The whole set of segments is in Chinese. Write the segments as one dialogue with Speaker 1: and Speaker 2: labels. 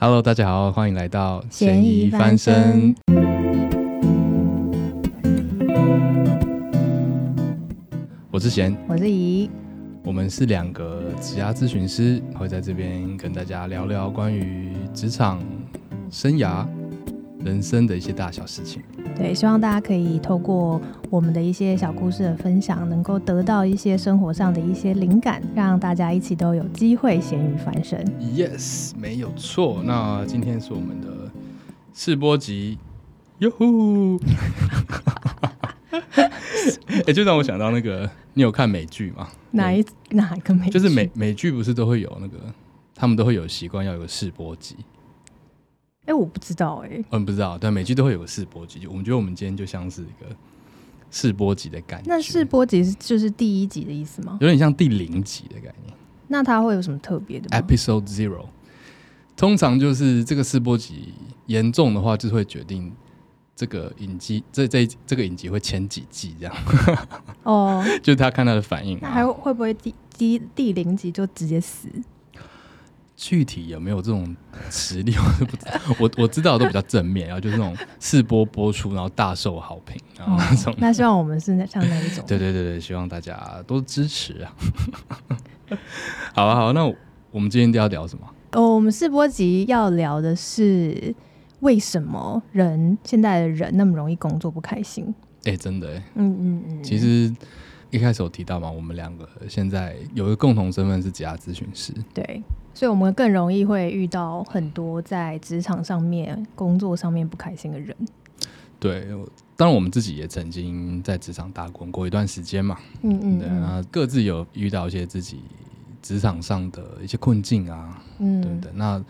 Speaker 1: Hello，大家好，欢迎来到
Speaker 2: 嫌疑翻身。
Speaker 1: 我是贤，
Speaker 2: 我是怡，
Speaker 1: 我们是两个职涯咨询师，会在这边跟大家聊聊关于职场、生涯、人生的一些大小事情。
Speaker 2: 对，希望大家可以透过我们的一些小故事的分享，能够得到一些生活上的一些灵感，让大家一起都有机会咸鱼翻身。
Speaker 1: Yes，没有错。那今天是我们的试播集，哟 呼！哎、就让我想到那个，你有看美剧吗？
Speaker 2: 哪一哪一个美？
Speaker 1: 就是美美剧不是都会有那个，他们都会有习惯要有个试播集。
Speaker 2: 哎、我不知道哎、
Speaker 1: 嗯，不知道，但美剧都会有个试播集。我们觉得我们今天就像是一个试播集的感觉，
Speaker 2: 那试播集是就是第一集的意思吗？
Speaker 1: 有点像第零集的概念
Speaker 2: 那它会有什么特别的吗？
Speaker 1: ，Episode Zero。通常就是这个试播集严重的话，就会决定这个影集这这这个影集会前几季这样，
Speaker 2: 哦，
Speaker 1: 就是他看他的反应、啊。
Speaker 2: 那还会不会第第第零集就直接死？
Speaker 1: 具体有没有这种实力，我都不知道。我我知道的都比较正面，然后就是那种试播播出，然后大受好评，然后那种。
Speaker 2: 哦那希望我们是那像那一种。
Speaker 1: 对对对对，希望大家多支持啊！ 好啊好啊，那我们今天要聊什么？
Speaker 2: 哦，我们试播集要聊的是为什么人现在的人那么容易工作不开心？
Speaker 1: 哎、真的哎、
Speaker 2: 嗯嗯嗯，
Speaker 1: 其实一开始有提到嘛，我们两个现在有一个共同身份是职涯咨询师。
Speaker 2: 对，所以我们更容易会遇到很多在职场上面、工作上面不开心的人。
Speaker 1: 对，我当然我们自己也曾经在职场打滚过一段时间嘛。
Speaker 2: 嗯嗯
Speaker 1: 对，啊
Speaker 2: 嗯
Speaker 1: 那各自有遇到一些自己职场上的一些困境啊，
Speaker 2: 嗯，
Speaker 1: 等等。那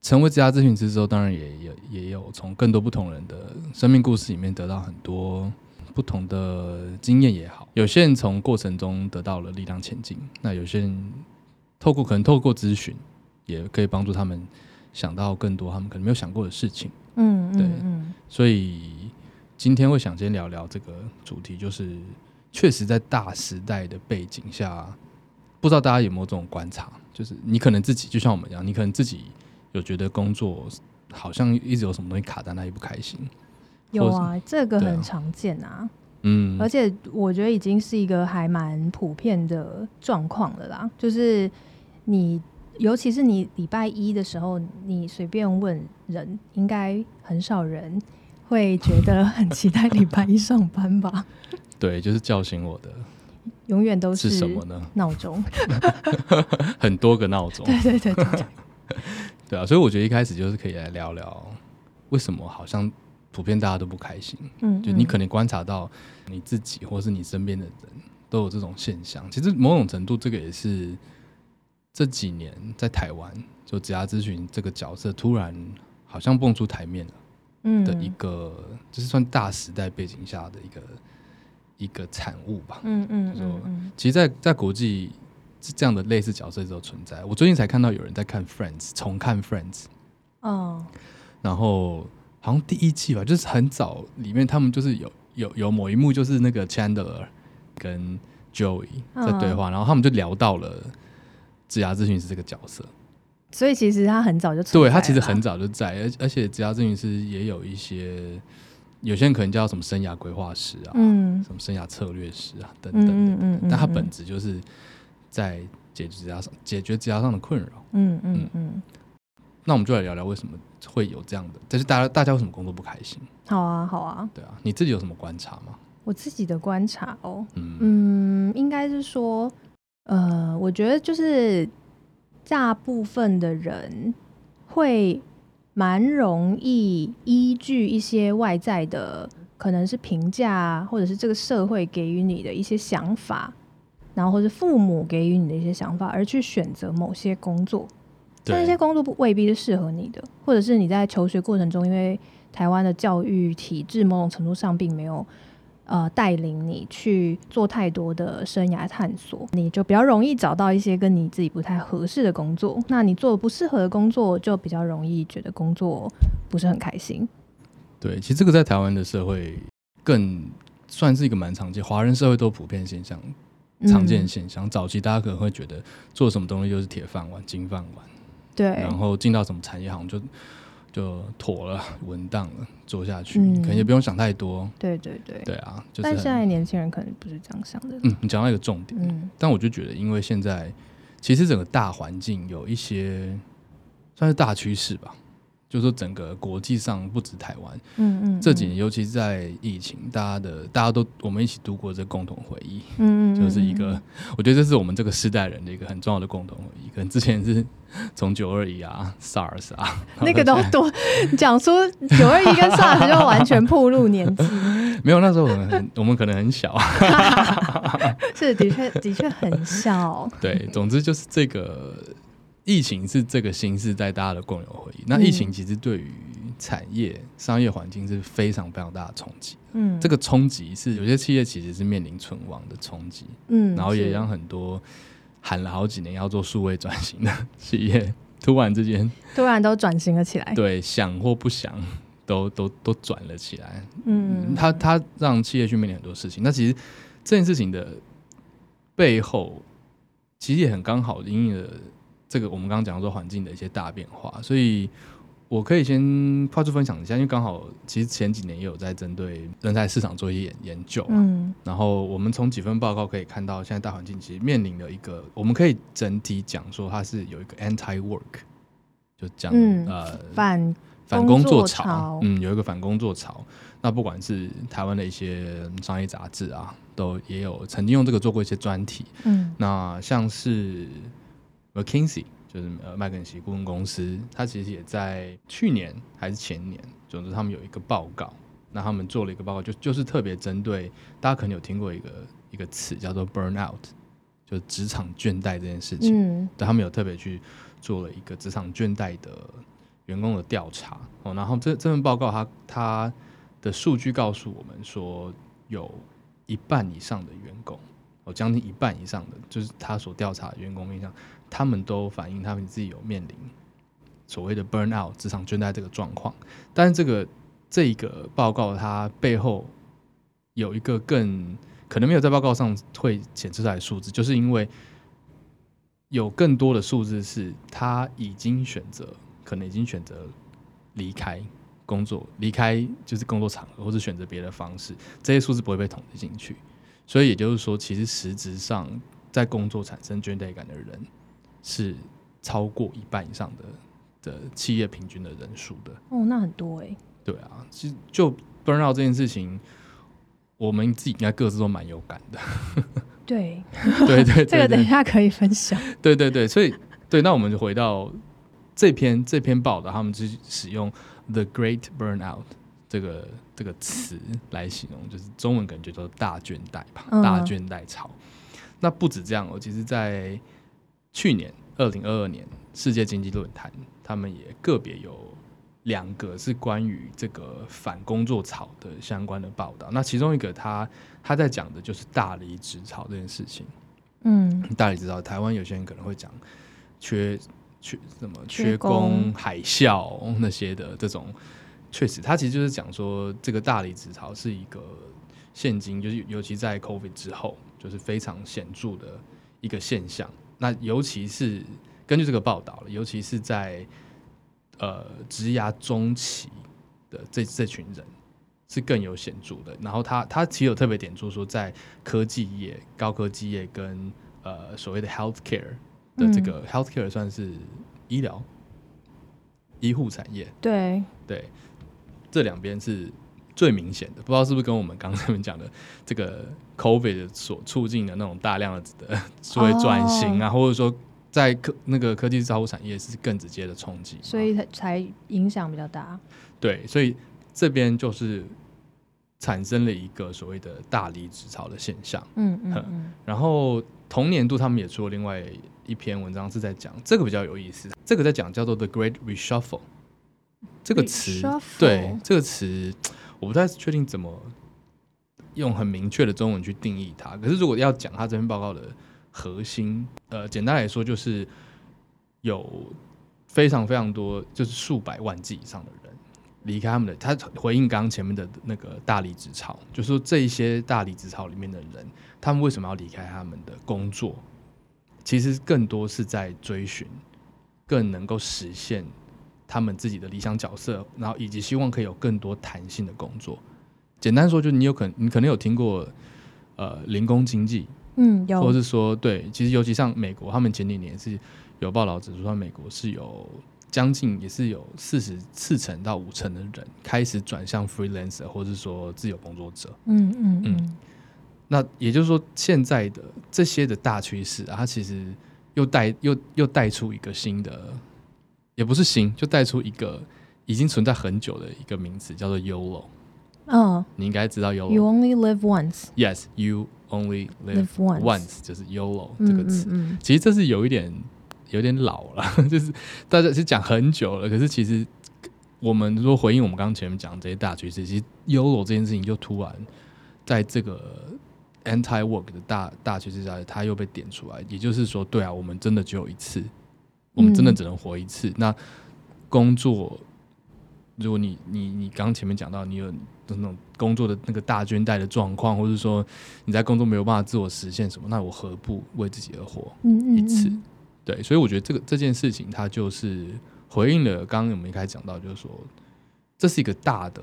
Speaker 1: 成为职涯咨询师之后，当然也也也有从更多不同人的生命故事里面得到很多不同的经验也好，有些人从过程中得到了力量前进，那有些人透过可能透过咨询，也可以帮助他们想到更多他们可能没有想过的事情。
Speaker 2: 嗯
Speaker 1: 对
Speaker 2: 嗯嗯，
Speaker 1: 所以今天会想先聊聊这个主题，就是确实在大时代的背景下，不知道大家有没有这种观察，就是你可能自己就像我们一样，你可能自己有觉得工作好像一直有什么东西卡在那里不开心，
Speaker 2: 有
Speaker 1: 或
Speaker 2: 啊，这个
Speaker 1: 对啊
Speaker 2: 很常见啊，
Speaker 1: 嗯
Speaker 2: 而，且我觉得已经是一个还蛮普遍的状况了啦，就是你。尤其是你礼拜一的时候，你随便问人，应该很少人会觉得很期待礼拜一上班吧？
Speaker 1: 对，就是叫醒我的
Speaker 2: 永远都
Speaker 1: 是
Speaker 2: 是
Speaker 1: 什么呢？
Speaker 2: 闹钟。
Speaker 1: 很多个闹钟，
Speaker 2: 对对对对对，
Speaker 1: 对啊，所以我觉得一开始就是可以来聊聊为什么好像普遍大家都不开心。
Speaker 2: 嗯，
Speaker 1: 就
Speaker 2: 嗯
Speaker 1: 你可能观察到你自己或是你身边的人都有这种现象。其实某种程度，这个也是这几年在台湾就职涯咨询这个角色突然好像蹦出台面了
Speaker 2: 嗯
Speaker 1: 的一个，就是算大时代背景下的一个一个产物吧。
Speaker 2: 嗯嗯
Speaker 1: 就
Speaker 2: 嗯嗯，
Speaker 1: 其实在，在国际这样的类似角色都存在。我最近才看到有人在看《Friends》，重看《Friends》，
Speaker 2: 哦，
Speaker 1: 然后好像第一季吧，就是很早里面他们就是有有有某一幕就是那个 Chandler 跟 Joey
Speaker 2: 嗯
Speaker 1: 在对话，然后他们就聊到了职涯咨询师这个角色。
Speaker 2: 所以其实他很早就存
Speaker 1: 对
Speaker 2: 在啊
Speaker 1: 他其实
Speaker 2: 了
Speaker 1: 很早就在，而而且职涯咨询师也有一些，有些人可能叫什么生涯规划师啊，
Speaker 2: 嗯
Speaker 1: 什么生涯策略师啊等等
Speaker 2: 嗯
Speaker 1: 的，
Speaker 2: 嗯嗯嗯，
Speaker 1: 但他
Speaker 2: 嗯
Speaker 1: 本质就是在解决职涯上解决职涯上的困扰。
Speaker 2: 嗯嗯嗯，
Speaker 1: 那我们就来聊聊为什么会有这样的，但是大家大家为什么工作不开心？
Speaker 2: 好啊好啊，
Speaker 1: 对啊，你自己有什么观察吗？
Speaker 2: 我自己的观察哦，
Speaker 1: 嗯
Speaker 2: 嗯，应该是说，呃，我觉得就是大部分的人会蛮容易依据一些外在的，可能是评价啊，或者是这个社会给予你的一些想法，然后或是父母给予你的一些想法，而去选择某些工作。但那些
Speaker 1: 对，
Speaker 2: 工作不未必是适合你的，或者是你在求学过程中，因为台湾的教育体制某种程度上并没有呃带领你去做太多的生涯探索，你就比较容易找到一些跟你自己不太合适的工作。那你做不适合的工作，就比较容易觉得工作不是很开心。
Speaker 1: 对，其实这个在台湾的社会更算是一个蛮常见，华人社会都普遍现象，常见
Speaker 2: 嗯
Speaker 1: 现象。早期大家可能会觉得做什么东西就是铁饭碗、金饭碗，
Speaker 2: 对
Speaker 1: 然，后进到什么产业行就就妥了，稳当了，做下去，
Speaker 2: 嗯
Speaker 1: 可能也不用想太多。
Speaker 2: 对对对。
Speaker 1: 对啊，就是
Speaker 2: 但
Speaker 1: 很
Speaker 2: 现在年轻人可能不是这样想的。
Speaker 1: 嗯，你讲到一个重点，
Speaker 2: 嗯
Speaker 1: 但我就觉得，因为现在其实整个大环境有一些算是大趋势吧，就是说整个国际上不止台湾，
Speaker 2: 嗯嗯，
Speaker 1: 这几年尤其是在疫情，大家的大家都我们一起度过这共同回忆，
Speaker 2: 嗯嗯嗯
Speaker 1: 就是一
Speaker 2: 嗯
Speaker 1: 个，我觉得这是我们这个世代人的一个很重要的共同回忆。可能之前是 从九二一啊、SARS 啊，
Speaker 2: 那个都多讲出九二一跟 SARS 就完全暴露年纪，
Speaker 1: 没有那时候我们很我们可能很小啊。
Speaker 2: 是的确的确很小。
Speaker 1: 对，总之就是这个疫情是这个新世代大家的共有回忆。那疫
Speaker 2: 嗯
Speaker 1: 情其实对于产业、商业环境是非常非常大的冲击。
Speaker 2: 嗯，
Speaker 1: 这个冲击是有些企业其实是面临存亡的冲击，
Speaker 2: 嗯，
Speaker 1: 然后也
Speaker 2: 是
Speaker 1: 让很多喊了好几年要做数位转型的 企业，突然之间
Speaker 2: 突然都转型了起来。
Speaker 1: 对想或不想都都都转了起来。
Speaker 2: 嗯，
Speaker 1: 他他让企业去面临很多事情。那其实这件事情的背后，其实也很刚好因应了这个我们刚刚讲说环境的一些大变化，所以。我可以先快速分享一下，因为刚好其实前几年也有在针对人才市场做一些研研究啊、
Speaker 2: 嗯
Speaker 1: 然后我们从几份报告可以看到，现在大环境其实面临了一个，我们可以整体讲说它是有一个 anti work，就讲、
Speaker 2: 嗯
Speaker 1: 呃
Speaker 2: 反
Speaker 1: 反工作
Speaker 2: 工作潮
Speaker 1: 潮，嗯，有一个反工作潮。那不管是台湾的一些商业杂志啊，都也有曾经用这个做过一些专题。
Speaker 2: 嗯
Speaker 1: 那像是 McKinsey，就是呃麦肯锡顾问公司，它其实也在去年还是前年，总之他们有一个报告，那他们做了一个报告，就就是特别针对大家可能有听过一个一个词叫做 burnout，就是职场倦怠这件事情。
Speaker 2: 嗯
Speaker 1: 对他们有特别去做了一个职场倦怠的员工的调查哦，然后这这份报告它它的数据告诉我们说，有一半以上的员工，哦，将近一半以上的，就是他所调查的员工面上，他们都反映他们自己有面临所谓的 burn out 职场倦怠这个状况，但是这个这一个报告它背后有一个更可能没有在报告上会显示出来的数字，就是因为有更多的数字是他已经选择，可能已经选择离开工作，离开就是工作场合，或者选择别的方式，这些数字不会被统计进去。所以也就是说，其实实质上在工作产生倦怠感的人是超过一半以上的的企业平均的人数的。
Speaker 2: 哦，那很多哎。
Speaker 1: 对啊，其实就 burnout 这件事情，我们自己应该各自都蛮有感 的。
Speaker 2: 对，
Speaker 1: 对对对对
Speaker 2: 这个等一下可以分享。
Speaker 1: 对对对，所以对，那我们就回到这篇这篇报道，他们是使用 “the great burnout” 这个这个词来形容，就是中文感觉叫大倦怠吧，
Speaker 2: 嗯
Speaker 1: 大倦怠潮。那不止这样哦，其实在去年二零二二年世界经济论坛，他们也个别有。两个是关于这个反工作潮的相关的报道，那其中一个他他在讲的就是大离职潮这件事情。
Speaker 2: 嗯
Speaker 1: 大家也知道，台湾有些人可能会讲缺缺什么
Speaker 2: 缺
Speaker 1: 缺
Speaker 2: 工
Speaker 1: 工、海啸那些的这种，确实，他其实就是讲说，这个大离职潮是一个现今，就是尤其在 COVID 之后，就是非常显著的一个现象。那尤其是根据这个报道了，尤其是在呃职涯中期的这这群人是更有显著的。然后他他其实有特别点出说，在科技业、高科技业跟呃所谓的 healthcare 的这
Speaker 2: 嗯
Speaker 1: 个、healthcare 算是医疗医护产业，
Speaker 2: 对，
Speaker 1: 对，这两边是最明显的，不知道是不是跟我们刚才们讲的这个 COVID 所促进的那种大量的所谓转型
Speaker 2: 哦
Speaker 1: 啊，或者说在科那个科技造物产业是更直接的冲击嘛，
Speaker 2: 所以才才影响比较大。
Speaker 1: 对，所以这边就是产生了一个所谓的大离职潮的现象。
Speaker 2: 嗯嗯嗯，
Speaker 1: 然后同年度他们也出了另外一篇文章，是在讲这个比较有意思，这个在讲叫做 The Great Reshuffle 这个词
Speaker 2: Reshuffle
Speaker 1: 对这个词，我不太确定怎么用很明确的中文去定义它。可是如果要讲他这篇报告的核心，呃，简单来说就是有非常非常多，就是数百万计以上的人。离开他们的，他回应刚刚前面的那个大离职潮，就是说这一些大离职潮里面的人，他们为什么要离开他们的工作？其实更多是在追寻更能够实现他们自己的理想角色，然后以及希望可以有更多弹性的工作。简单说，就是你有可能你可能有听过呃零工经济，
Speaker 2: 嗯，有
Speaker 1: 或者是说对，其实尤其像美国，他们前几年是有报道指出，他美国是有将近也是有四十四成到五成的人开始转向 freelancer，或者是说自由工作者。
Speaker 2: 嗯嗯嗯
Speaker 1: 嗯，那也就是说，现在的这些的大趋势、啊，它其实又带又又带出一个新的，也不是新，就带出一个已经存在很久的一个名词，叫做 YOLO。
Speaker 2: 哦
Speaker 1: 你应该知道
Speaker 2: ，You
Speaker 1: YOLO。
Speaker 2: only live once，
Speaker 1: Yes, you only live
Speaker 2: Live once
Speaker 1: once，就是 YOLO
Speaker 2: 嗯
Speaker 1: 这个词。
Speaker 2: 嗯
Speaker 1: 其实这是有一点有点老了， 就是大家是讲很久了，可是其实我们如果回应我们刚刚前面讲的这些大趋势，其实 YOLO 这件事情就突然在这个 anti work 的大大趋势下，它又被点出来。也就是说，对啊，我们真的只有一次，我们真的只能活一次。那工作，如果你你你刚前面讲到你有那种工作的那个大倦怠的状况，或者说你在工作没有办法自我实现什么，那我何不为自己而活？
Speaker 2: 嗯嗯
Speaker 1: 一次
Speaker 2: 嗯
Speaker 1: 对，所以我觉得这个这件事情，它就是回应了刚刚我们一开始讲到，就是说这是一个大的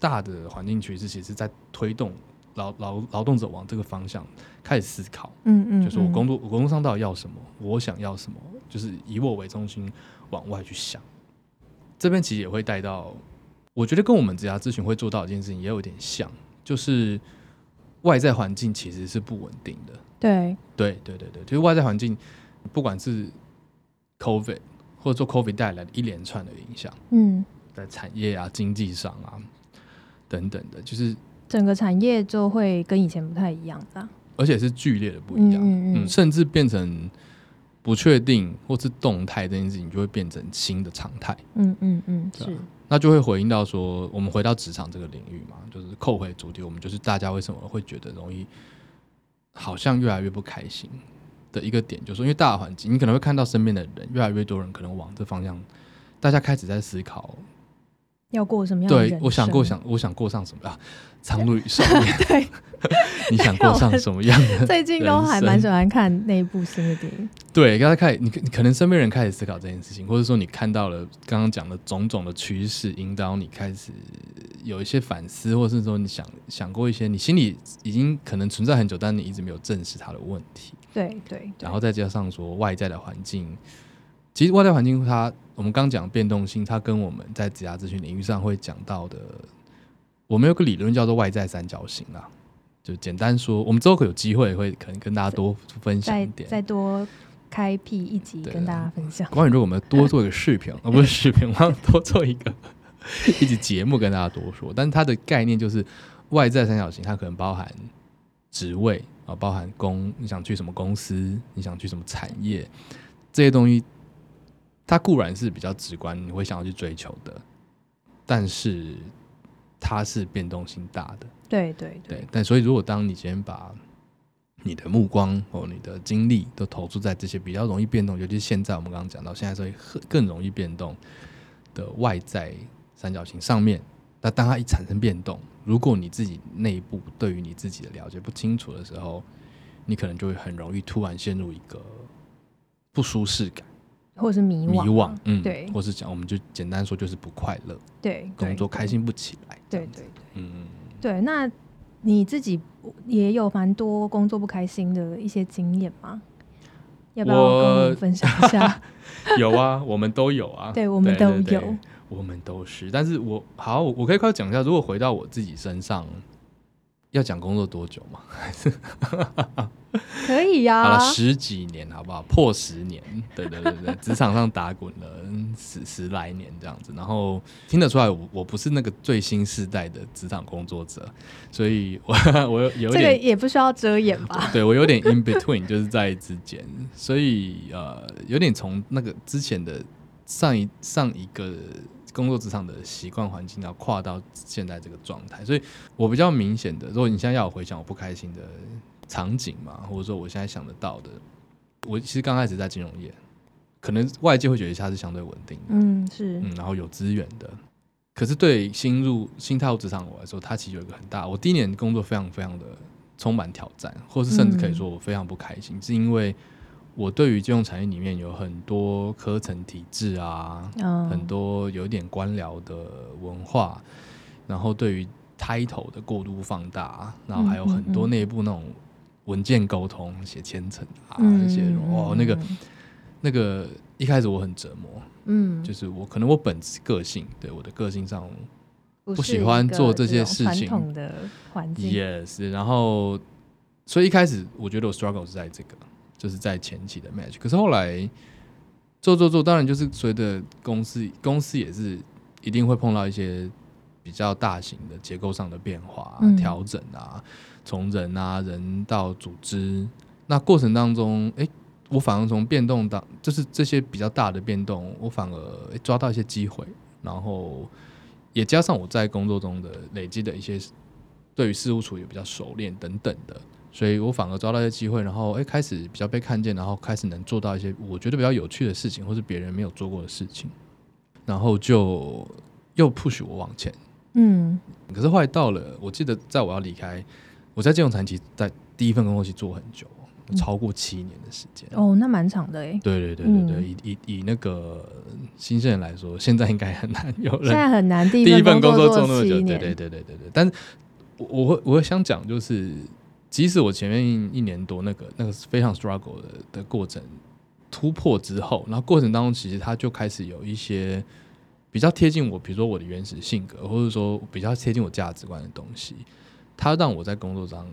Speaker 1: 大的环境趋势，其实在推动劳劳劳动者往这个方向开始思考，
Speaker 2: 嗯嗯，
Speaker 1: 就是我
Speaker 2: 嗯
Speaker 1: 工作我工作上到底要什么，我想要什么，就是以我为中心往外去想。这边其实也会带到，我觉得跟我们职涯咨询会做到的一件事情也有点像，就是外在环境其实是不稳定的。
Speaker 2: 对，
Speaker 1: 对对对对，就是外在环境，不管是 COVID 或者说 COVID 带来的一连串的影响，
Speaker 2: 嗯，
Speaker 1: 在产业啊、经济上啊等等的，就是
Speaker 2: 整个产业就会跟以前不太一样的，
Speaker 1: 而且是剧烈的不一样，
Speaker 2: 嗯嗯嗯
Speaker 1: 甚至变成不确定或是动态这件事情，就会变成新的常态。
Speaker 2: 嗯嗯嗯，
Speaker 1: 对
Speaker 2: 是
Speaker 1: 啊，那就会回应到说，我们回到职场这个领域嘛，就是扣回主题，我们就是大家为什么会觉得容易好像越来越不开心的一个点，就是因为大环境，你可能会看到身边的人越来越多人可能往这方向，大家开始在思考，
Speaker 2: 要过什么样的人
Speaker 1: 对
Speaker 2: 生？
Speaker 1: 我想过想我想过上什么 啊，长路与少年，
Speaker 2: 对，
Speaker 1: 你想过上什么样的？
Speaker 2: 最近都还蛮喜欢看那一部新的电影，
Speaker 1: 对，大家开始，你可你可能身边人开始思考这件事情，或者说你看到了刚刚讲的种种的趋势，引导你开始有一些反思，或是说你想想过一些你心里已经可能存在很久，但你一直没有正视它的问题。
Speaker 2: 对对，
Speaker 1: 然后再加上说外在的环境，其实外在环境它，我们刚讲变动性，它跟我们在职涯咨询领域上会讲到的，我们有个理论叫做外在三角形啦。就简单说，我们之后有机会会可能跟大家多分享一
Speaker 2: 再
Speaker 1: 点，
Speaker 2: 再多开辟一集
Speaker 1: 对
Speaker 2: 跟大家分享。
Speaker 1: 关于这个，我们多做一个视频，啊，不是视频，我们要多做一个 一集节目跟大家多说。但是它的概念就是外在三角形，它可能包含职位啊，包含公，你想去什么公司，你想去什么产业，这些东西，它固然是比较直观，你会想要去追求的，但是它是变动性大的。
Speaker 2: 对对对
Speaker 1: 对，但所以如果当你今天把你的目光或你的精力都投注在这些比较容易变动，尤其是现在我们刚刚讲到，现在所以很更容易变动的外在三角形上面，那当它一产生变动，如果你自己内部对于你自己的了解不清楚的时候，你可能就会很容易突然陷入一个不舒适感、
Speaker 2: 或是迷
Speaker 1: 迷
Speaker 2: 惘，
Speaker 1: 惘，嗯，
Speaker 2: 对
Speaker 1: 或是讲我们就简单说就是不快乐，
Speaker 2: 对
Speaker 1: 工作开，心不起来，
Speaker 2: 对对对
Speaker 1: 嗯，
Speaker 2: 对对。那你自己也有蛮多工作不开心的一些经验吗？要不要
Speaker 1: 我
Speaker 2: 跟我们分享一下？
Speaker 1: 有啊，我们都有啊，
Speaker 2: 对，我们都
Speaker 1: 对
Speaker 2: 有
Speaker 1: 对，我们都是。但是我好，我可以快讲一下，如果回到我自己身上，要讲工作多久嘛？
Speaker 2: 可以啊
Speaker 1: 好
Speaker 2: 呀
Speaker 1: 了，。十几年好不好？破十年，对对对 对，职场上打滚了十十来年这样子。然后听得出来我，我不是那个最新世代的职场工作者，所以我 我有有
Speaker 2: 这个
Speaker 1: 点。
Speaker 2: 也不需要遮掩吧？
Speaker 1: 对我有点 in between，就是在之间，所以呃，有点从那个之前的上一上一个工作职场的习惯环境，然后跨到现在这个状态，所以我比较明显的，如果你现在要我回想我不开心的场景嘛，或者说我现在想得到的，我其实刚开始在金融业，可能外界会觉得它是相对稳定的，
Speaker 2: 嗯，是，
Speaker 1: 嗯，然后有资源的。可是对新入新踏入职场我来说，它其实有一个很大。我第一年
Speaker 2: 嗯
Speaker 1: 工作非常非常的充满挑战，或是甚至可以说我非常不开心，是因为我对于金融产业里面有很多科层体制啊，
Speaker 2: 嗯
Speaker 1: 很多有点官僚的文化，然后对于 title 的过度放大，然后还有很多
Speaker 2: 嗯嗯嗯
Speaker 1: 内部那种文件沟通、写千层啊，
Speaker 2: 嗯
Speaker 1: 写哦那个
Speaker 2: 嗯
Speaker 1: 那个一开始我很折磨，
Speaker 2: 嗯，
Speaker 1: 就是我可能我本个性对我的个性上
Speaker 2: 不
Speaker 1: 不
Speaker 2: 是
Speaker 1: 喜
Speaker 2: 一
Speaker 1: 欢
Speaker 2: 个
Speaker 1: 做这些
Speaker 2: 种
Speaker 1: 事情
Speaker 2: 传统的环境
Speaker 1: yes，然后所以一开始我觉得我 struggle 是在这个，就是在前期的 match，可是后来做做做，当然就是随着公司公司也是一定会碰到一些比较大型的结构上的变化、
Speaker 2: 嗯
Speaker 1: 调、整啊，从人啊人到组织，那过程当中，诶，我反而从变动当，就是这些比较大的变动，我反而、诶抓到一些机会，然后也加上我在工作中的累积的一些对于事务处也比较熟练等等的，所以我反而抓到一些机会，然后诶开始比较被看见，然后开始能做到一些我觉得比较有趣的事情，或是别人没有做过的事情，然后就又 push 我往前。
Speaker 2: 嗯
Speaker 1: 可是后来到了，我记得在我要离开，我在金融产期在第一份工作期做很久，超过七年的时间。
Speaker 2: 哦，那蛮长的哎，
Speaker 1: 对对对对对，
Speaker 2: 嗯
Speaker 1: 以以以那个新鲜人来说，现在应该很难有人
Speaker 2: 现在很难第
Speaker 1: 第一份
Speaker 2: 份
Speaker 1: 工
Speaker 2: 作
Speaker 1: 做那么久，对
Speaker 2: 七年，
Speaker 1: 对对对对对。但是我我会我会想讲，就是即使我前面一年多那个那个是非常 struggle 的的过程突破之后，然后过程当中其实它就开始有一些比较贴近我，比如说我的原始性格，或者说比较贴近我价值观的东西，它让我在工作上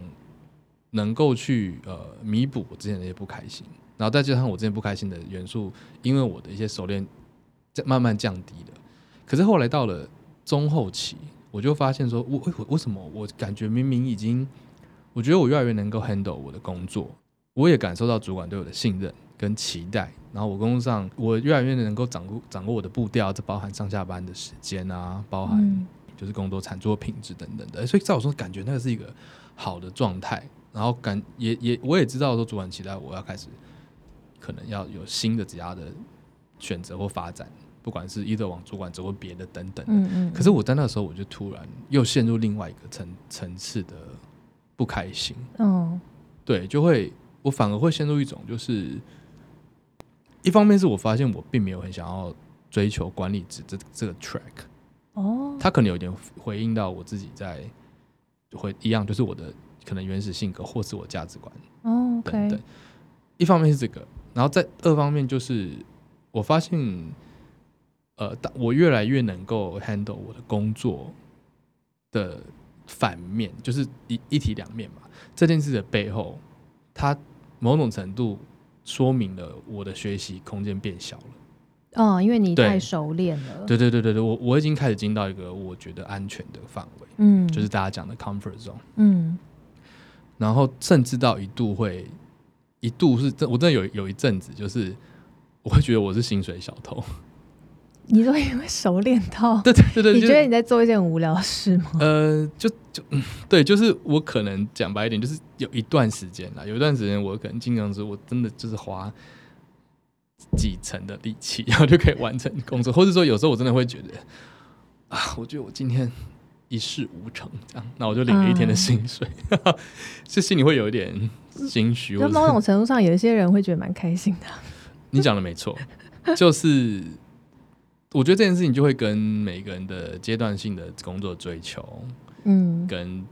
Speaker 1: 能够去呃弥补我之前的一些不开心，然后再加上我之前不开心的元素，因为我的一些熟练在慢慢降低了。可是后来到了中后期，我就发现说，我我为什么我感觉明明已经，我觉得我越来越能够 handle 我的工作，我也感受到主管对我的信任跟期待，然后我工作上我越来越能够掌握掌握我的步调，这包含上下班的时间啊，包含、
Speaker 2: 嗯
Speaker 1: 就是工作产出的品质等等的。所以在我说，感觉那个是一个好的状态，然后感也也我也知道说，主管期待我要开始可能要有新的职涯的选择或发展，不管是一直往主管走或别的等等。
Speaker 2: 嗯嗯，
Speaker 1: 可是我在那时候，我就突然又陷入另外一个层层次的不开心，
Speaker 2: 嗯
Speaker 1: 对，就会我反而会陷入一种就是，一方面是我发现我并没有很想要追求管理职这这个 track，
Speaker 2: 哦，
Speaker 1: 他可能有点回应到我自己在回一样，就是我的可能原始性格或是我价值观
Speaker 2: 哦
Speaker 1: 等等。
Speaker 2: ，OK，
Speaker 1: 一方面是这个，然后再二方面就是我发现，呃，当我越来越能够 handle 我的工作的反面，就是一一体两面嘛。这件事的背后，它某种程度说明了我的学习空间变小了。
Speaker 2: 哦，因为你
Speaker 1: 对
Speaker 2: 太熟练了，
Speaker 1: 对对对对对，我我已经开始进到一个我觉得安全的范围。
Speaker 2: 嗯，
Speaker 1: 就是大家讲的 comfort zone，
Speaker 2: 嗯
Speaker 1: 然后甚至到一度会，一度是真，我真的有有一阵子，就是我会觉得我是薪水小偷，
Speaker 2: 你都因为熟练到，
Speaker 1: 对对对对，
Speaker 2: 你
Speaker 1: 就
Speaker 2: 觉得你
Speaker 1: 是
Speaker 2: 在做一件很无聊的事吗？
Speaker 1: 呃，就就、嗯、对，就是我可能讲白一点，就是有一段时间啦，有一段时间我可能经常是我真的就是花几成的力气，然后就可以完成工作，或者说有时候我真的会觉得啊，我觉得我今天。一事无成，这样，那我就领了一天的
Speaker 2: 嗯
Speaker 1: 薪水，就心里会有一点心虚。
Speaker 2: 就
Speaker 1: 或者
Speaker 2: 某种程度上，有一些人会觉得蛮开心的。啊
Speaker 1: 你讲的没错，就是我觉得这件事情就会跟每个人的阶段性的工作追求，
Speaker 2: 嗯，
Speaker 1: 跟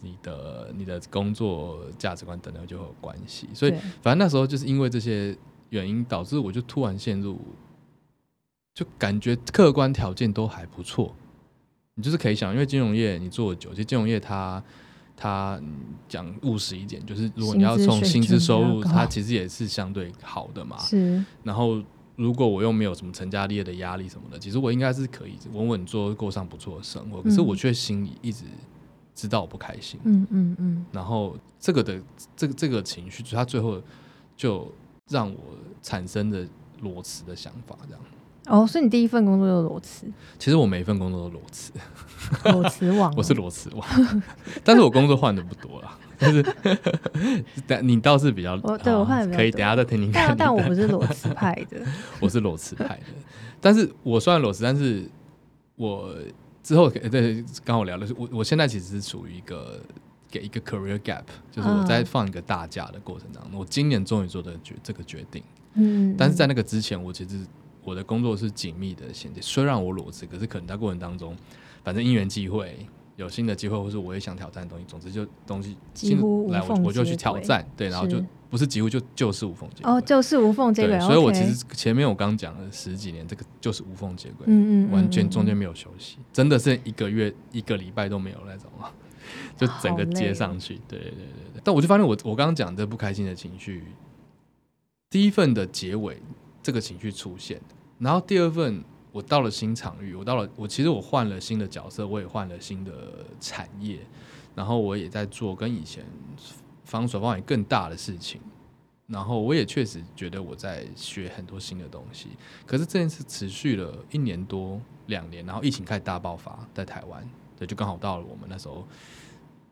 Speaker 1: 你的你的工作价值观等等就会有关系。所以
Speaker 2: 对
Speaker 1: 反正那时候就是因为这些原因，导致我就突然陷入，就感觉客观条件都还不错。你就是可以想，因为金融业你做的久，其实金融业它它嗯讲务实一点，就是如果你要
Speaker 2: 薪资
Speaker 1: 从
Speaker 2: 水
Speaker 1: 薪资
Speaker 2: 准
Speaker 1: 收
Speaker 2: 比较
Speaker 1: 入，
Speaker 2: 高
Speaker 1: 它其实也是相对好的嘛。
Speaker 2: 是，
Speaker 1: 然后如果我又没有什么成家立业的压力什么的，其实我应该是可以稳稳做过上不错的生活。可是
Speaker 2: 嗯
Speaker 1: 我却心里一直知道我不开心，
Speaker 2: 嗯嗯嗯，
Speaker 1: 然后这个的这个这个情绪，它最后就让我产生了裸辞的想法。这样，
Speaker 2: 哦，所以你第一份工作就是裸辞，
Speaker 1: 其实我每一份工作都裸辞，
Speaker 2: 哦裸辞网哦，
Speaker 1: 我是裸辞王， 但是我工作换的不多啦。但是， 但你倒是比较，
Speaker 2: 我对我
Speaker 1: 啊
Speaker 2: 换得比较
Speaker 1: 可以，
Speaker 2: 多
Speaker 1: 等一下再听听看你的。
Speaker 2: 但但我不是裸辞派的，
Speaker 1: 我是裸辞派的， 但是我虽然裸辞，但是我之后呃对，刚好聊的是我我现在其实是处于一个给一个 career gap，就是
Speaker 2: 嗯
Speaker 1: 我在放一个大假的过程当中，我今年终于做的决这个决定。
Speaker 2: 嗯，
Speaker 1: 但是在那个之前，我其实我的工作是紧密的衔接。虽然我裸辞，可是可能在过程当中，反正因缘际会，有新的机会，或是我也想挑战的东西，总之就东西
Speaker 2: 几
Speaker 1: 新的
Speaker 2: 乎无
Speaker 1: 来我
Speaker 2: 缝
Speaker 1: 我就
Speaker 2: 接
Speaker 1: 去挑
Speaker 2: 轨
Speaker 1: 战，对，然后就是不是几乎就就是无缝接轨。
Speaker 2: 哦，就是无缝接轨
Speaker 1: 对，，所以我
Speaker 2: OK
Speaker 1: 其实前面我刚讲了十几年，这个就是无缝接轨，
Speaker 2: 嗯嗯嗯
Speaker 1: 完全
Speaker 2: 嗯
Speaker 1: 中间没有休息，真的是一个月一个礼拜都没有那种啊，就整个
Speaker 2: 好累
Speaker 1: 接
Speaker 2: 哦
Speaker 1: 上去。对对对对。但我就发现我我刚刚讲这不开心的情绪，第一份的结尾这个情绪出现，然后第二份我到了新场域，我到了我其实我换了新的角色，我也换了新的产业，然后我也在做跟以前防守范围更大的事情。然后我也确实觉得我在学很多新的东西，可是这件事持续了一年多、两年，然后疫情开始大爆发在台湾，对，就刚好到了我们那时候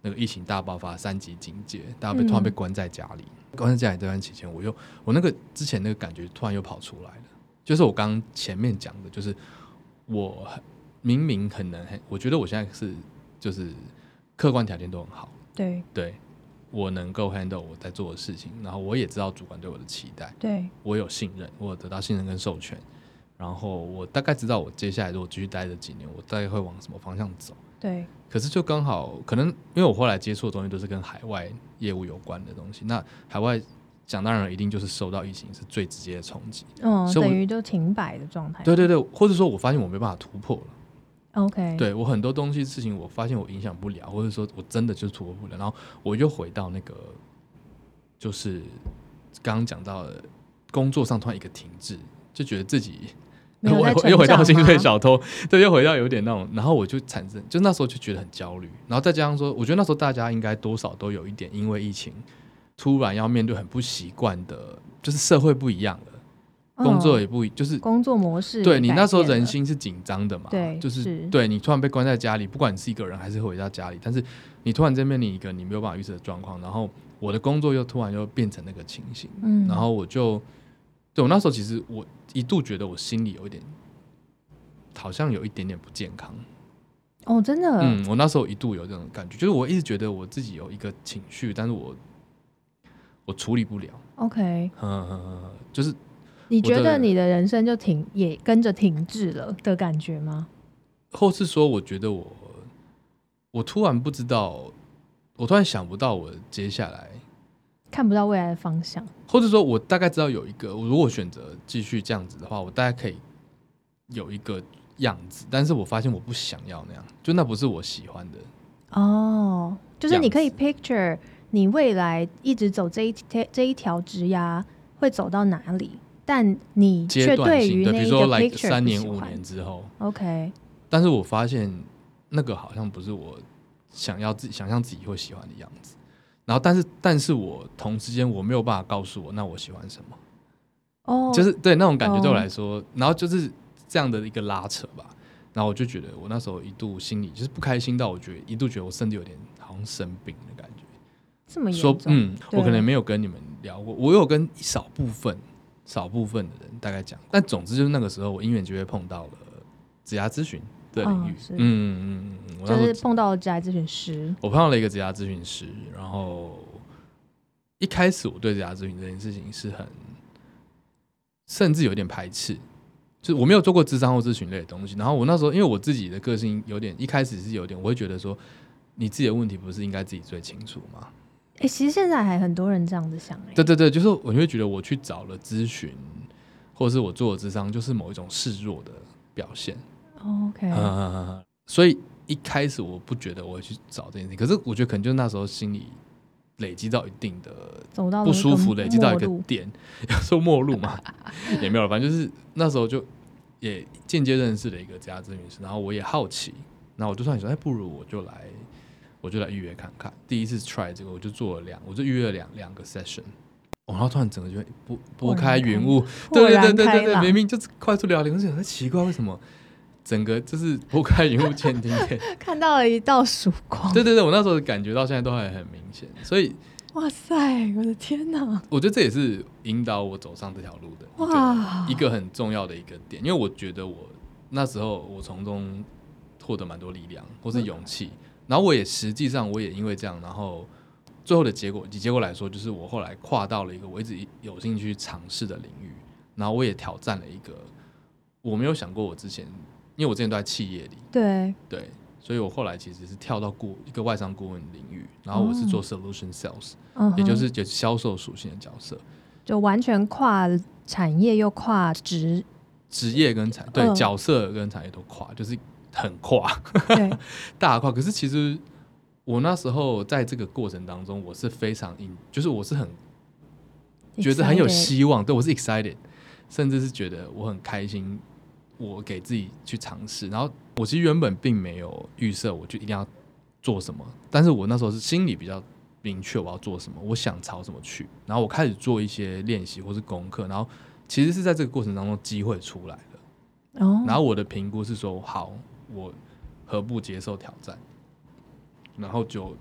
Speaker 1: 那个疫情大爆发，三级警戒，大家被
Speaker 2: 嗯
Speaker 1: 突然被关在家里，关在家里这段期间，我又我那个之前那个感觉突然又跑出来了，就是我刚前面讲的，就是我明明很能，很，我觉得我现在是就是客观条件都很好，
Speaker 2: 对
Speaker 1: 对我能够 handle 我在做的事情，然后我也知道主管对我的期待，
Speaker 2: 对，
Speaker 1: 我有信任，我有得到信任跟授权，然后我大概知道我接下来如果继续待这几年，我大概会往什么方向走。
Speaker 2: 对，
Speaker 1: 可是就刚好可能因为我后来接触的东西都是跟海外业务有关的东西，那海外想当然了一定就是受到疫情是最直接的冲击。
Speaker 2: 嗯，
Speaker 1: 所以我
Speaker 2: 等于就停摆的状态。
Speaker 1: 对对对，或者说我发现我没办法突破了。
Speaker 2: ，OK，，
Speaker 1: 对我很多东西事情，我发现我影响不了，或者说我真的就是突破不了，然后我又回到那个，就是刚刚讲到的工作上突然一个停滞，就觉得自己
Speaker 2: 没有
Speaker 1: 我
Speaker 2: 在
Speaker 1: 又
Speaker 2: 成
Speaker 1: 又回到
Speaker 2: 长
Speaker 1: 薪水
Speaker 2: 吗
Speaker 1: 小偷，对，又回到有点那种，然后我就产生，就那时候就觉得很焦虑，然后再加上说，我觉得那时候大家应该多少都有一点，因为疫情突然要面对很不习惯的，就是社会不一样了，工作也不一，就是
Speaker 2: 嗯工作模式也改变
Speaker 1: 对
Speaker 2: 了，
Speaker 1: 你那时候人心是紧张的嘛，
Speaker 2: 对
Speaker 1: 就是
Speaker 2: 是
Speaker 1: 对你突然被关在家里，不管你是一个人还是回到家里，但是你突然间面临一个你没有办法预测的状况，然后我的工作又突然又变成那个情形，
Speaker 2: 嗯，
Speaker 1: 然后我就对我那时候其实我一度觉得我心里有一点，好像有一点点不健康，
Speaker 2: 哦，真的，
Speaker 1: 嗯，我那时候一度有这种感觉，就是我一直觉得我自己有一个情绪，但是我我处理不了，
Speaker 2: OK，
Speaker 1: 嗯，嗯嗯嗯就是
Speaker 2: 你觉
Speaker 1: 我的
Speaker 2: 得你的人生就停，也跟着停滞了的感觉吗？
Speaker 1: 或是说，我觉得我我突然不知道，我突然想不到我接下来，
Speaker 2: 看不到未来的方向，
Speaker 1: 或者说，我大概知道有一个，我如果选择继续这样子的话，我大概可以有一个样子，但是我发现我不想要那样，就那不是我喜欢的。
Speaker 2: 哦，就是你可以
Speaker 1: 这
Speaker 2: picture 你未来一直走这一条这一条直涯会走到哪里，但你
Speaker 1: 阶
Speaker 2: 却
Speaker 1: 段
Speaker 2: 对
Speaker 1: 性
Speaker 2: 于
Speaker 1: 的，
Speaker 2: 那
Speaker 1: 比
Speaker 2: 一
Speaker 1: 如
Speaker 2: 个
Speaker 1: 说
Speaker 2: picture
Speaker 1: like 三
Speaker 2: 不
Speaker 1: 年
Speaker 2: 喜
Speaker 1: 五
Speaker 2: 欢
Speaker 1: 年之后，
Speaker 2: ，OK，
Speaker 1: 但是我发现那个好像不是我想要自己想象自己会喜欢的样子。然后，但是，但是我同时间我没有办法告诉我，那我喜欢什么。
Speaker 2: 哦，
Speaker 1: 就是对那种感觉对我
Speaker 2: 哦
Speaker 1: 来说，然后就是这样的一个拉扯吧。然后我就觉得，我那时候一度心里就是不开心到，我觉得一度觉得我甚至有点好像生病的感觉。
Speaker 2: 这么严
Speaker 1: 说
Speaker 2: 重，
Speaker 1: 嗯，
Speaker 2: 对
Speaker 1: 我可能没有跟你们聊过，我有跟一少部分少部分的人大概讲过，但总之就是那个时候我因缘机会碰到了职涯咨询的领域
Speaker 2: 哦。是
Speaker 1: 嗯嗯嗯嗯，我那时候
Speaker 2: 就是碰到了职涯咨询师，
Speaker 1: 我碰到了一个职涯咨询师，然后一开始我对职涯咨询这件事情是很，甚至有点排斥，就是我没有做过智商或咨询类的东西。然后我那时候因为我自己的个性有点，一开始是有点，我会觉得说，你自己的问题不是应该自己最清楚吗？
Speaker 2: 哎、其实现在还很多人这样子想、诶
Speaker 1: 对对对，就是我会觉得我去找了咨询，或者是我做了智商，就是某一种示弱的表现。
Speaker 2: 哦，OK，、
Speaker 1: 嗯，所以一开始我不觉得我会去找这件事情，可是我觉得可能就是那时候心里累积到一定的
Speaker 2: 走到了
Speaker 1: 不舒服，
Speaker 2: 个
Speaker 1: 累积到一个
Speaker 2: 末路
Speaker 1: 点， 要说末路嘛，也没有了，反正就是那时候就也间接认识了一个家咨询师，然后我也好奇，然后我就算想，哎，不如我就来，我就来预约看看。第一次 try 这个，我就做了两，我就预约了两两个 session。哦然后突然整个就拨拨
Speaker 2: 豁然
Speaker 1: 开
Speaker 2: 开
Speaker 1: 云雾，
Speaker 2: 豁
Speaker 1: 对
Speaker 2: 然
Speaker 1: 对对对
Speaker 2: 开
Speaker 1: 对，
Speaker 2: 朗
Speaker 1: 明明就是快速聊天，我就想说哎奇怪为什么整个就是拨开云雾见天 天。
Speaker 2: 看到了一道曙光，
Speaker 1: 对对对，我那时候感觉到现在都还很明显，所以
Speaker 2: 哇塞，我的天哪！
Speaker 1: 我觉得这也是引导我走上这条路的一
Speaker 2: 哇
Speaker 1: 个一个很重要的一个点，因为我觉得我那时候我从中获得蛮多力量或是勇气，然后我也实际上我也因为这样，然后最后的结果，以结果来说，就是我后来跨到了一个我一直有兴趣尝试的领域，然后我也挑战了一个我没有想过我之前，因为我之前都在企业里，
Speaker 2: 对，
Speaker 1: 对，所以我后来其实是跳到顾一个外商顾问领域，然后我是做 solution sales，、
Speaker 2: 嗯哼，
Speaker 1: 也就是就是销售属性的角色，
Speaker 2: 就完全跨产业又跨职，
Speaker 1: 职业跟产对、
Speaker 2: 嗯
Speaker 1: 角色跟产业都跨，就是很跨。
Speaker 2: 对，
Speaker 1: 大跨。可是其实我那时候在这个过程当中，我是非常 in，就是我是很觉得很有
Speaker 2: excited，
Speaker 1: 希望，对我是 excited，甚至是觉得我很开心，我给自己去尝试。然后我其实原本并没有预设我就一定要做什么，但是我那时候是心里比较明确我要做什么，我想朝什么去。然后我开始做一些练习或是功课，然后其实是在这个过程当中机会出来了。
Speaker 2: 哦，
Speaker 1: 然后我的评估是说，好，我何不接受挑战，然后就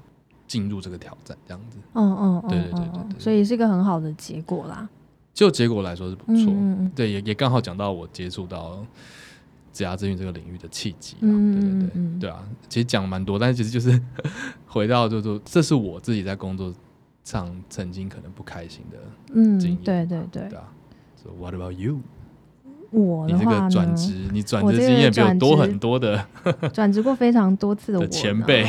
Speaker 1: 进入这个挑战，这样子。
Speaker 2: 嗯嗯，嗯
Speaker 1: 对对对对
Speaker 2: 嗯嗯
Speaker 1: 对对
Speaker 2: 所以是一个很好的结果啦，
Speaker 1: 就结果来说是不
Speaker 2: 嗯
Speaker 1: 错，
Speaker 2: 嗯嗯
Speaker 1: 对，也也刚好讲到我接触到职涯咨询这个领域的契机啦，
Speaker 2: 嗯
Speaker 1: 对
Speaker 2: 嗯
Speaker 1: 对
Speaker 2: 嗯
Speaker 1: 对，对啊，其实讲蛮多，但是其实就是 回到就是说，这是我自己在工作上曾经可能不开心的
Speaker 2: 嗯，
Speaker 1: 经
Speaker 2: 嗯
Speaker 1: 验，
Speaker 2: 对对对
Speaker 1: 对，啊。So what about you？
Speaker 2: 我
Speaker 1: 你
Speaker 2: 的
Speaker 1: 这
Speaker 2: 话
Speaker 1: 个
Speaker 2: 呢，
Speaker 1: 转 职，你转
Speaker 2: 我
Speaker 1: 职
Speaker 2: 这个
Speaker 1: 经验比我多
Speaker 2: 转职
Speaker 1: 很多的
Speaker 2: 转职过非常多次的我
Speaker 1: 的
Speaker 2: 呢
Speaker 1: 前辈，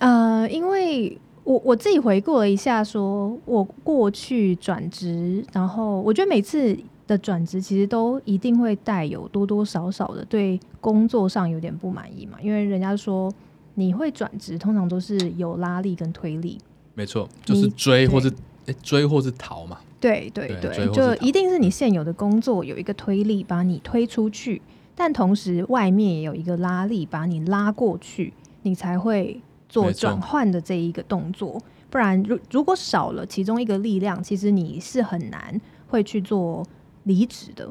Speaker 2: 呃，因为我我自己回顾了一下说，我过去转职，然后我觉得每次的转职其实都一定会带有多多少少的对工作上有点不满意嘛，因为人家说你会转职，通常都是有拉力跟推力。
Speaker 1: 没错，就是
Speaker 2: 你
Speaker 1: 追或
Speaker 2: 对
Speaker 1: 是诶追或是逃嘛，
Speaker 2: 对对
Speaker 1: 对最后是嗯
Speaker 2: 就
Speaker 1: 他
Speaker 2: 一定是你现有的工作有一个推力把你推出去，但同时外面也有一个拉力把你拉过去，你才会做
Speaker 1: 没错
Speaker 2: 转换的这一个动作。不然，如如果少了其中一个力量，其实你是很难会去做离职的。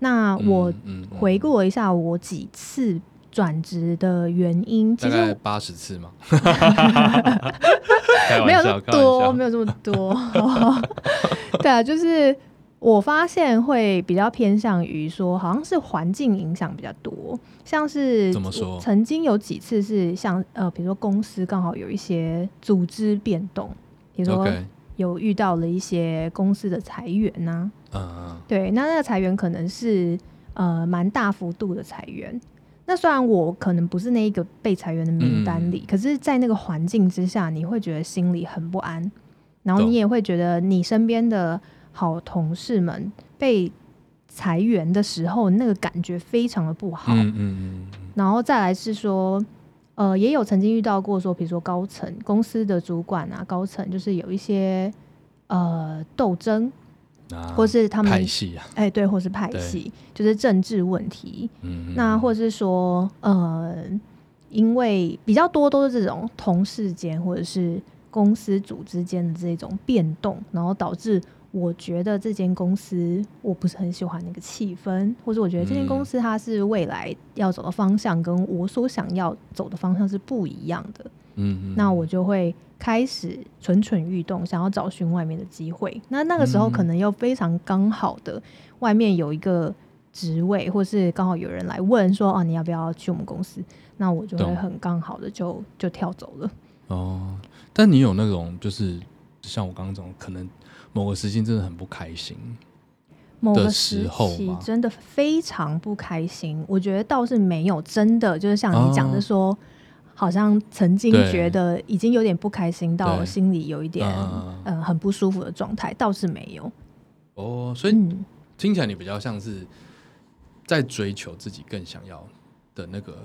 Speaker 2: 那啊我
Speaker 1: 嗯嗯
Speaker 2: 回顾了一下我几次转职的原因，其
Speaker 1: 大
Speaker 2: 实
Speaker 1: 概
Speaker 2: 我
Speaker 1: 八十次 嘛，开玩
Speaker 2: 没有那
Speaker 1: 笑
Speaker 2: 么
Speaker 1: 开玩
Speaker 2: 多，
Speaker 1: 笑
Speaker 2: 没有这么多。 对啊，就是我发现会比较偏向于说，好像是环境影响比较多，像是
Speaker 1: 怎么说
Speaker 2: 曾经有几次是像呃，比如说公司刚好有一些组织变动，比如说
Speaker 1: OK，
Speaker 2: 有遇到了一些公司的裁员啊呐、
Speaker 1: 嗯
Speaker 2: 对，那那个裁员可能是呃蛮大幅度的裁员。那虽然我可能不是那一个被裁员的名
Speaker 1: 嗯
Speaker 2: 单里，可是，在那个环境之下，你会觉得心里很不安，然后
Speaker 1: 懂
Speaker 2: 你也会觉得你身边的好同事们被裁员的时候，那个感觉非常的不好。
Speaker 1: 嗯嗯嗯
Speaker 2: 然后再来是说，呃，也有曾经遇到过说，比如说高层公司的主管啊，高层就是有一些呃斗争，
Speaker 1: 嗯，啊
Speaker 2: 或是他们
Speaker 1: 派系啊，
Speaker 2: 哎，对，或是派
Speaker 1: 对
Speaker 2: 系，就是政治问题。
Speaker 1: 嗯，嗯
Speaker 2: 那
Speaker 1: 嗯
Speaker 2: 或是说，呃，因为比较多都是这种同事间或者是公司组之间的这种变动，然后导致我觉得这间公司我不是很喜欢那个气氛，或者我觉得这间公
Speaker 1: 嗯
Speaker 2: 司它是未来要走的方向跟我所想要走的方向是不一样的。
Speaker 1: 嗯，嗯
Speaker 2: 那我就会开始蠢蠢欲动，想要找寻外面的机会。那那个时候
Speaker 1: 嗯
Speaker 2: 可能又非常刚好的，外面有一个职位，或是刚好有人来问说：“哦、你要不要去我们公司？”那我就会
Speaker 1: 懂
Speaker 2: 很刚好的就就跳走了。
Speaker 1: 哦，但你有那种就是像我刚刚讲，可能某个时间真的很不开心，
Speaker 2: 某
Speaker 1: 的
Speaker 2: 个
Speaker 1: 时
Speaker 2: 时
Speaker 1: 候
Speaker 2: 期
Speaker 1: 吗
Speaker 2: 真的非常不开心，我觉得倒是没有真的，就是像你讲的
Speaker 1: 哦
Speaker 2: 说，好像曾经
Speaker 1: 对
Speaker 2: 觉得已经有点不开心到
Speaker 1: 对
Speaker 2: 心里有一点
Speaker 1: 嗯嗯
Speaker 2: 呃很不舒服的状态，倒是没有。
Speaker 1: 哦，所以
Speaker 2: 嗯，
Speaker 1: 听起来你比较像是在追求自己更想要的那个，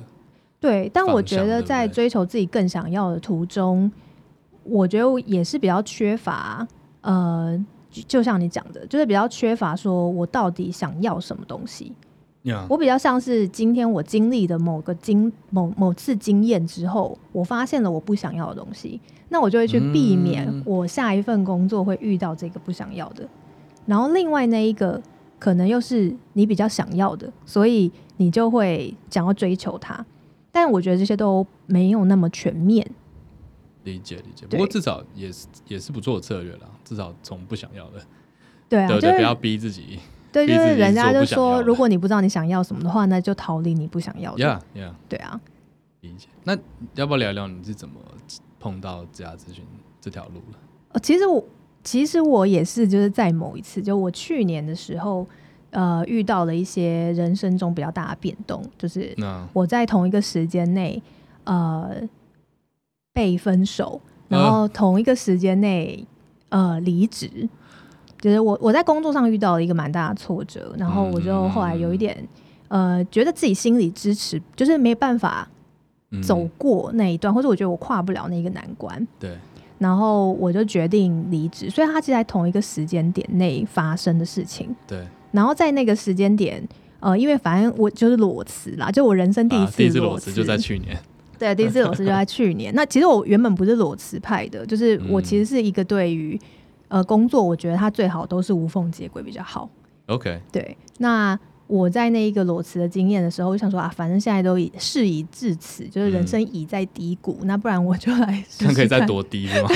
Speaker 2: 对，但我
Speaker 1: 方
Speaker 2: 觉
Speaker 1: 向
Speaker 2: 得
Speaker 1: 对不
Speaker 2: 在
Speaker 1: 对
Speaker 2: 追求自己更想要的途中，我觉得我也是比较缺乏，呃，就就像你讲的，就是比较缺乏说我到底想要什么东西。
Speaker 1: 呀
Speaker 2: 我比较像是今天我经历的某个经某某次经验之后，我发现了我不想要的东西，那我就会去避免
Speaker 1: 嗯
Speaker 2: 我下一份工作会遇到这个不想要的。然后另外那一个可能又是你比较想要的，所以你就会想要追求它。但我觉得这些都没有那么全面。
Speaker 1: 理解理解。
Speaker 2: 对
Speaker 1: 不过至少也是也是不错的策略啦，至少从不想要的，
Speaker 2: 对啊，
Speaker 1: 对不
Speaker 2: 就
Speaker 1: 对？不要
Speaker 2: 是
Speaker 1: 逼自己
Speaker 2: 对，就
Speaker 1: 逼自
Speaker 2: 是
Speaker 1: 己
Speaker 2: 人
Speaker 1: 做
Speaker 2: 家
Speaker 1: 不
Speaker 2: 就
Speaker 1: 想要
Speaker 2: 说，
Speaker 1: 的
Speaker 2: 如果你不知道你想要什么的话，那就逃离你不想要的。
Speaker 1: ，Yeah Yeah。
Speaker 2: 对啊，
Speaker 1: 理解。那要不要聊聊你是怎么碰到职涯咨询这条路了？
Speaker 2: 呃，其实我其实我也是，就是在某一次，就我去年的时候，呃，遇到了一些人生中比较大的变动，就是
Speaker 1: 那
Speaker 2: 我在同一个时间内，呃，被分手，然后同一个时间内，呃，离职。就是我我在工作上遇到了一个蛮大的挫折，然后我就后来有一点，呃，觉得自己心理支持就是没办法
Speaker 1: 嗯
Speaker 2: 走过那一段，或者我觉得我跨不了那一个难关，
Speaker 1: 对，
Speaker 2: 然后我就决定离职。所以它是在同一个时间点内发生的事情。
Speaker 1: 对，
Speaker 2: 然后在那个时间点，呃，因为反正我就是裸辞啦，就我人生第一
Speaker 1: 啊，第一次裸
Speaker 2: 裸
Speaker 1: 辞就在去年，
Speaker 2: 对，第一次裸辞就在去年。那其实我原本不是裸辞派的，就是我
Speaker 1: 嗯
Speaker 2: 其实是一个对于、呃工作，我觉得它最好都是无缝接轨比较好。
Speaker 1: OK，
Speaker 2: 对，那我在那一个裸辞的经验的时候，我想说啊，反正现在都已事已至此，就是人生已在低谷，那不然我就来
Speaker 1: 嗯这
Speaker 2: 试
Speaker 1: 样
Speaker 2: 试
Speaker 1: 可以再
Speaker 2: 看，
Speaker 1: 多低 是吗？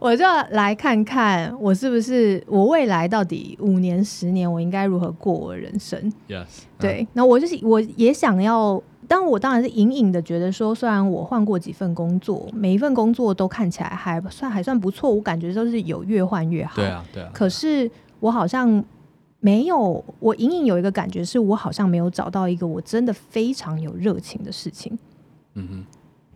Speaker 2: 我就来看看我是不是我未来到底五年、十年我应该如何过我的人生。
Speaker 1: yes，嗯，
Speaker 2: 对，那我就是我也想要，但我当然是隐隐的觉得说，虽然我换过几份工作，每一份工作都看起来还算还算不错，我感觉都是有越换越好。
Speaker 1: 对啊，对啊，
Speaker 2: 可是我好像没有，我隐隐有一个感觉，是我好像没有找到一个我真的非常有热情的事情。
Speaker 1: 嗯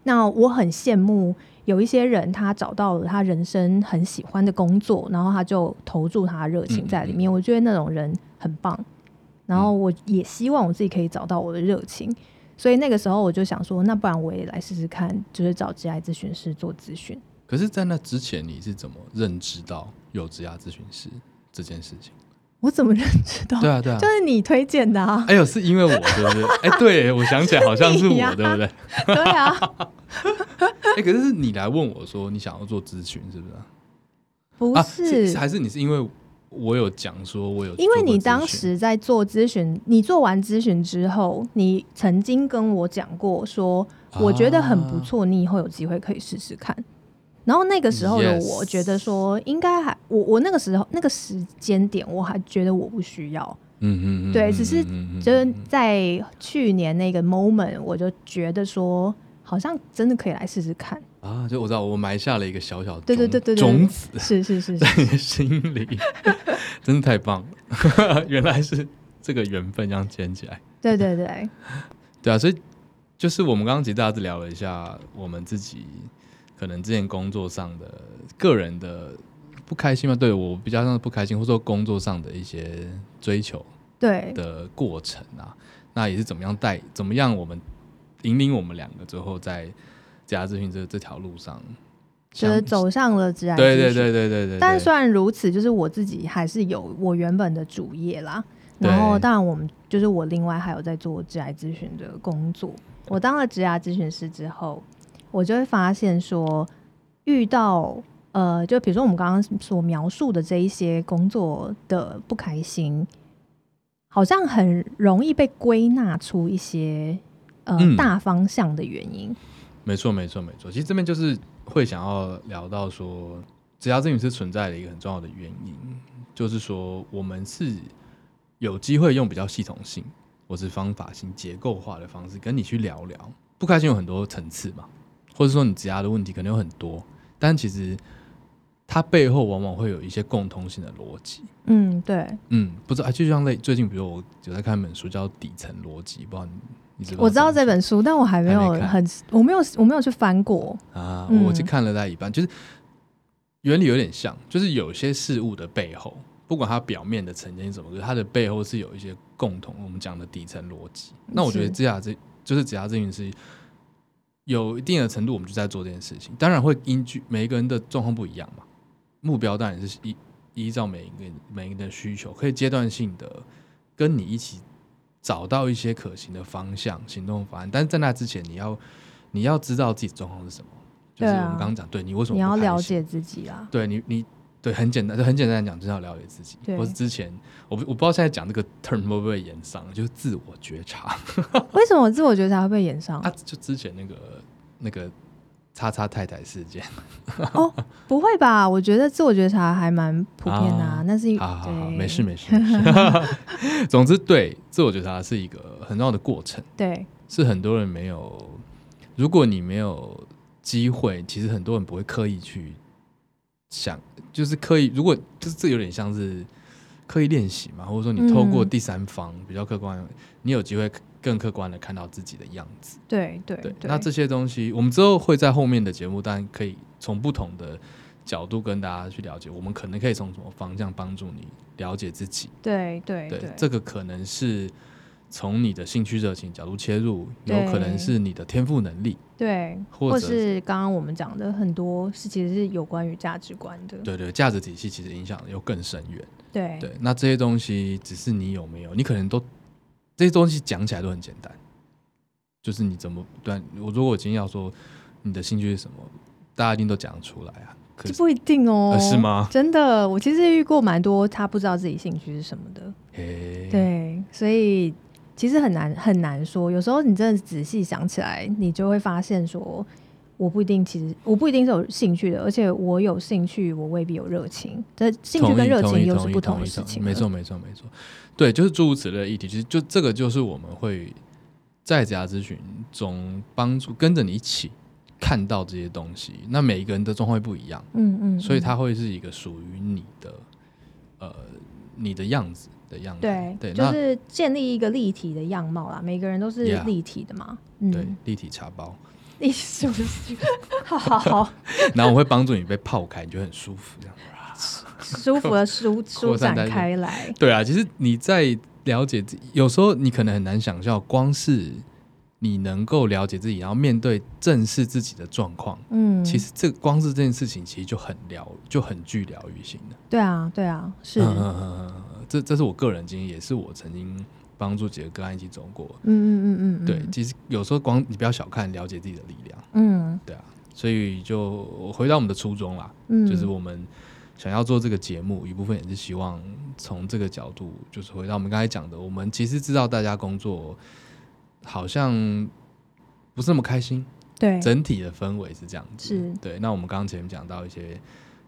Speaker 2: 那我很羡慕有一些人，他找到了他人生很喜欢的工作，然后他就投注他的热情在里
Speaker 1: 嗯
Speaker 2: 面。我觉得那种人很棒，然后我也希望我自己可以找到我的热情。所以那个时候我就想说，那不然我也来试试看，就是找职业咨询师做咨询。
Speaker 1: 哼，可是，在那之前你是怎么认知到有职涯咨询师这件事情？
Speaker 2: 我怎么认知到？
Speaker 1: 对啊，对啊
Speaker 2: 哦 就。是你推荐的 啊，
Speaker 1: 哎呦，是因为我对不对？哎，对，我想起来好像是
Speaker 2: 是你呀
Speaker 1: 我，对不对？
Speaker 2: 对啊，
Speaker 1: 哎，可是是你来问我说你想要做咨询，是不是啊？
Speaker 2: 不
Speaker 1: 啊，
Speaker 2: 是，
Speaker 1: 还是你是因为我有讲说我有做
Speaker 2: 因
Speaker 1: 过咨
Speaker 2: 为
Speaker 1: 询，
Speaker 2: 你当时在做咨询，你做完咨询之后，你曾经跟我讲过说，
Speaker 1: 啊
Speaker 2: 我觉得很不错，你以后有机会可以试试看。然后那个时候的
Speaker 1: Yes
Speaker 2: 我觉得说，应该还我我那个时候那个时间点，我还觉得我不需要，
Speaker 1: 嗯，嗯嗯嗯，
Speaker 2: 对只是
Speaker 1: 嗯嗯嗯
Speaker 2: 就是在去年那个 moment，我就觉得说，好像真的可以来试试 看。
Speaker 1: 啊，就我知道，我埋下了一个小小的
Speaker 2: 对对对对对，
Speaker 1: 种子
Speaker 2: 是是是是
Speaker 1: 在你的心里， 真的太棒了， 原来是这个缘分这样牵起来。
Speaker 2: 对对对，
Speaker 1: 对啊，所以就是我们刚刚其实大致聊了一下我们自己可能之前工作上的个人的不开心嘛，对我比较像是不开心，或者说工作上的一些追求
Speaker 2: 对，
Speaker 1: 的过程啊，那也是怎么样带，怎么样我们引领我们两个最后在家咨询这这条路上
Speaker 2: 就
Speaker 1: 相，
Speaker 2: 是走上了自然
Speaker 1: 对
Speaker 2: 咨
Speaker 1: 对
Speaker 2: 询
Speaker 1: 对对对对，对
Speaker 2: 但虽然如此，就是我自己还是有我原本的主业啦。然后，
Speaker 1: 对
Speaker 2: 当然我们就是我另外还有在做职涯咨询的工作。我当了职涯咨询师之后，我就会发现说，遇到呃，就比如说我们刚刚所描述的这一些工作的不开心，好像很容易被归纳出一些呃、
Speaker 1: 嗯
Speaker 2: 大方向的原因。
Speaker 1: 没错，没错，没错。其实这边就是会想要聊到说，职涯咨询师存在的一个很重要的原因，就是说我们是有机会用比较系统性或是方法性、结构化的方式跟你去聊聊。不开心有很多层次嘛，或者说你职涯的问题可能有很多，但其实它背后往往会有一些共通性的逻辑。
Speaker 2: 嗯，对，
Speaker 1: 嗯，不知道，就像类最近，比如我有在看一本书叫《底层逻辑》，不知道你你知不
Speaker 2: 我知道这
Speaker 1: 本书。
Speaker 2: 本书，但我还没有
Speaker 1: 还没看
Speaker 2: 很，我没有，我没有去翻过。
Speaker 1: 啊，
Speaker 2: 嗯
Speaker 1: 我去看了在一半，就是原理有点像，就是有些事物的背后，不管它表面的呈现是什么，可是它的背后是有一些共同我们讲的底层逻辑。那我觉得
Speaker 2: 是
Speaker 1: 这下这就是只要这件事有一定的程度，我们就在做这件事情。当然会依据每一个人的状况不一样嘛，目标当然是依依照每一个人每一个人的需求，可以阶段性的跟你一起找到一些可行的方向、行动方案。但是在那之前，你要你要知道自己状况是什么，就是我
Speaker 2: 对啊
Speaker 1: 们刚刚讲，对你为什么
Speaker 2: 你要
Speaker 1: 不开
Speaker 2: 了
Speaker 1: 心
Speaker 2: 解，自己啦。
Speaker 1: 对你你对很简单，很简单地讲，就是要了解自己。
Speaker 2: 对
Speaker 1: 或是之前我不我不知道现在讲这个 term 会不会延上，就是自我觉 察
Speaker 2: 为什么自我觉察会被演上？
Speaker 1: 啊，就之前那个那个叉叉太太事件，
Speaker 2: 不会吧？我觉得自我觉察还蛮普遍的、啊
Speaker 1: 啊，
Speaker 2: 那是一
Speaker 1: 好好好，
Speaker 2: 对
Speaker 1: 没事没事。没 事总之，对自我觉察是一个很重要的过程，
Speaker 2: 对
Speaker 1: 是很多人没有如果你没有机会，其实很多人不会刻意去想，就是刻意。如果就是这有点像是刻意练习嘛，或者说你透过
Speaker 2: 嗯
Speaker 1: 第三方、比较客观，你有机会更客观的看到自己的样子。
Speaker 2: 对对
Speaker 1: 对，那这些东西我们之后会在后面的节目，当然可以从不同的角度跟大家去了解。我们可能可以从什么方向帮助你了解自己？
Speaker 2: 对对
Speaker 1: 对，这个可能是从你的兴趣热情角度切入，有可能
Speaker 2: 对
Speaker 1: 是你的天赋能力，
Speaker 2: 对，
Speaker 1: 或者
Speaker 2: 是刚刚我们讲的很多是其实是有关于价值观的，
Speaker 1: 对对，价值体系其实影响又更深远。
Speaker 2: 对
Speaker 1: 对，那这些东西只是你有没有，你可能都这些东西讲起来都很简单，就是你怎么对啊我如果我今天要说你的兴趣是什么，大家一定都讲得出来啊。可
Speaker 2: 这
Speaker 1: 是、
Speaker 2: 不一定哦、
Speaker 1: 呃是？吗？
Speaker 2: 真的，我其实遇过蛮多他不知道自己兴趣是什么的，
Speaker 1: 诶，
Speaker 2: 对，所以其实很难很难说。有时候你真的仔细想起来，你就会发现说，我不一定其实我不一定是有兴趣的，而且我有兴趣，我未必有热情。这兴
Speaker 1: 同
Speaker 2: 趣
Speaker 1: 意
Speaker 2: 跟热
Speaker 1: 同
Speaker 2: 情
Speaker 1: 意
Speaker 2: 又
Speaker 1: 同
Speaker 2: 是
Speaker 1: 意
Speaker 2: 不
Speaker 1: 同
Speaker 2: 同的
Speaker 1: 意
Speaker 2: 事
Speaker 1: 同意
Speaker 2: 情。啊
Speaker 1: 没错，，没错，没错。对，就是诸如此类的议题，其实就这个就是我们会在家咨询中帮助跟着你一起看到这些东西。那每一个人的状况会不一样，
Speaker 2: 嗯嗯，
Speaker 1: 所以
Speaker 2: 嗯
Speaker 1: 它会是一个属于你的呃你的样子的样子。
Speaker 2: 对
Speaker 1: 对，
Speaker 2: 就
Speaker 1: 那
Speaker 2: 是建立一个立体的样貌啦。每个人都是
Speaker 1: Yeah
Speaker 2: 立体的嘛。
Speaker 1: 对
Speaker 2: 嗯，
Speaker 1: 立体茶包，
Speaker 2: 立体就是 好好好，
Speaker 1: 然后我会帮助你被泡开，你就很舒服这样。
Speaker 2: 舒服的 舒舒
Speaker 1: 扩散
Speaker 2: 展
Speaker 1: 单元
Speaker 2: 开来。
Speaker 1: 对啊，其实你在了解自己，有时候你可能很难想象，光是你能够了解自己，然后面对正视自己的状况，
Speaker 2: 嗯，
Speaker 1: 其实这光是这件事情，其实就很疗，就很具疗愈性的。
Speaker 2: 对啊，对啊，是，
Speaker 1: 嗯嗯嗯嗯嗯，这这是我个人经验，也是我曾经帮助几个个案一起走过。
Speaker 2: 嗯嗯嗯嗯，
Speaker 1: 对，其实有时候光你不要小看了解自己的力量，
Speaker 2: 嗯
Speaker 1: 对啊。所以就回到我们的初衷啦，
Speaker 2: 嗯，
Speaker 1: 就是我们想要做这个节目，一部分也是希望从这个角度，就是回到我们刚才讲的，我们其实知道大家工作好像不是那么开心，
Speaker 2: 对
Speaker 1: 整体的氛围是这样子。
Speaker 2: 是
Speaker 1: 对。那我们刚刚前面讲到一些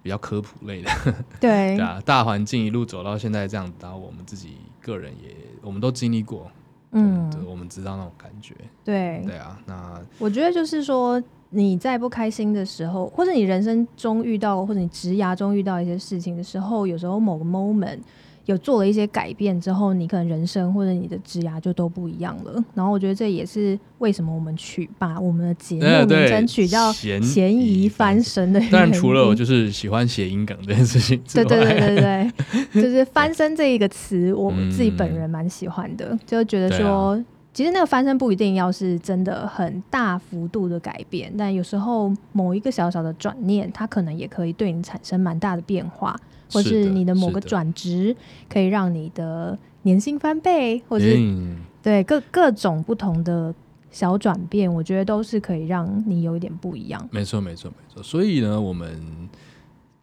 Speaker 1: 比较科普类的，
Speaker 2: 对
Speaker 1: 对啊，大环境一路走到现在这样，然后我们自己个人也我们都经历过，
Speaker 2: 嗯，
Speaker 1: 对，我们知道那种感觉，
Speaker 2: 对，
Speaker 1: 对啊，那
Speaker 2: 我觉得就是说，你在不开心的时候，或者你人生中遇到，或者你职涯中遇到一些事情的时候，有时候某个 moment 有做了一些改变之后，你可能人生或者你的职涯就都不一样了。然后我觉得这也是为什么我们取把我们的节目
Speaker 1: 呃
Speaker 2: 名
Speaker 1: 对
Speaker 2: 称取叫
Speaker 1: 嫌
Speaker 2: “嫌疑翻身”的原因。
Speaker 1: 当然除了我就是喜欢谐音梗这件事情之
Speaker 2: 对
Speaker 1: 外，
Speaker 2: 对对对 对，就是“翻身”这一个词，我
Speaker 1: 嗯
Speaker 2: 自己本人蛮喜欢的，就觉得
Speaker 1: 对啊
Speaker 2: 说，嗯其实那个翻身不一定要是真的很大幅度的改变，但有时候某一个小小的转念，它可能也可以对你产生蛮大的变化，或
Speaker 1: 是
Speaker 2: 是你的某
Speaker 1: 是
Speaker 2: 个转职可以让你的年薪翻倍，或是
Speaker 1: 嗯。
Speaker 2: 对各各种不同的小转变，我觉得都是可以让你有一点不一样
Speaker 1: 没错，没错，没错。所以呢，我们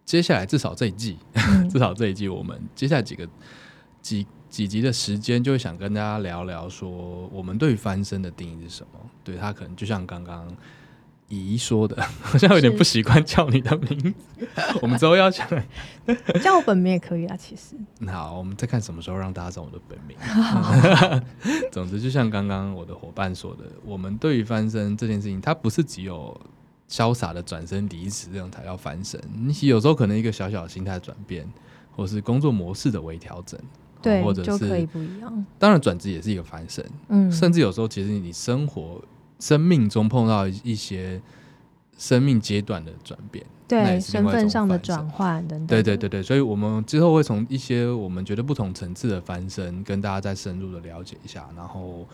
Speaker 1: 接下来至少这一季，
Speaker 2: 嗯
Speaker 1: 至少这一季，我们接下来几个几几集的时间，就会想跟大家聊聊说，我们对于翻身的定义是什么？对他可能就像刚刚姨说的， 好像有点
Speaker 2: 是
Speaker 1: 不习惯叫你的名 字。我们之后要想，
Speaker 2: 叫我本名也可以啊，其实
Speaker 1: 好，我们再看什么时候让大家知道我的本名。 总之，就像刚刚我的伙伴说的，我们对于翻身这件事情，它不是只有潇洒的转身离职这样才叫翻身，你有时候可能一个小小的心态转变，或是工作模式的微调整，
Speaker 2: 对
Speaker 1: 或者
Speaker 2: 就可以
Speaker 1: 是
Speaker 2: 不一样。
Speaker 1: 当然转职也是一个翻身，
Speaker 2: 嗯，
Speaker 1: 甚至有时候其实你生活生命中碰到一些生命阶段的转变，那也
Speaker 2: 对
Speaker 1: 是
Speaker 2: 身
Speaker 1: 另外一
Speaker 2: 份
Speaker 1: 种
Speaker 2: 上的
Speaker 1: 翻身
Speaker 2: 转换等等。
Speaker 1: 对对对对，所以我们之后会从一些我们觉得不同层次的翻身，跟大家再深入的了解一下，然后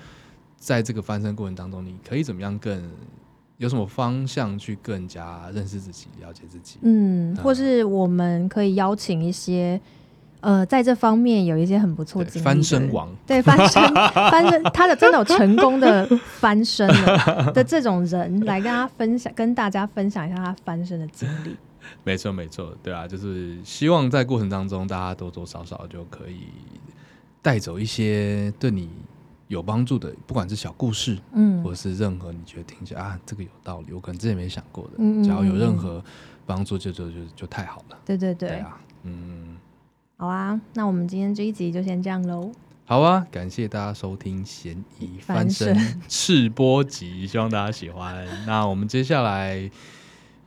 Speaker 1: 在这个翻身过程当中，你可以怎么样更有什么方向去更加认识自己、了解自己？
Speaker 2: 嗯，
Speaker 1: 啊
Speaker 2: 或是我们可以邀请一些，呃，在这方面有一些很不错
Speaker 1: 对
Speaker 2: 经历的
Speaker 1: 翻
Speaker 2: 人
Speaker 1: 身，王，
Speaker 2: 对翻身翻身，他的真的有成功的翻身 了的这种人，来跟他分享，跟大家分享一下他翻身的经 历。
Speaker 1: 没错没错，对啊，就是希望在过程当中，大家多多少少就可以带走一些对你有帮助的，不管是小故事，
Speaker 2: 嗯
Speaker 1: 或是任何你觉得听起来啊，这个有道理，我可能之前没想过的，
Speaker 2: 嗯嗯
Speaker 1: 只要有任
Speaker 2: 嗯
Speaker 1: 何帮助就，就就就太好了。
Speaker 2: 对对
Speaker 1: 对啊
Speaker 2: 对，
Speaker 1: 啊，嗯，
Speaker 2: 好啊，那我们今天这一集就先这样喽，
Speaker 1: 好啊，感谢大家收听《嫌疑翻
Speaker 2: 翻
Speaker 1: 身》 赤波集，希望大家喜欢。那我们接下来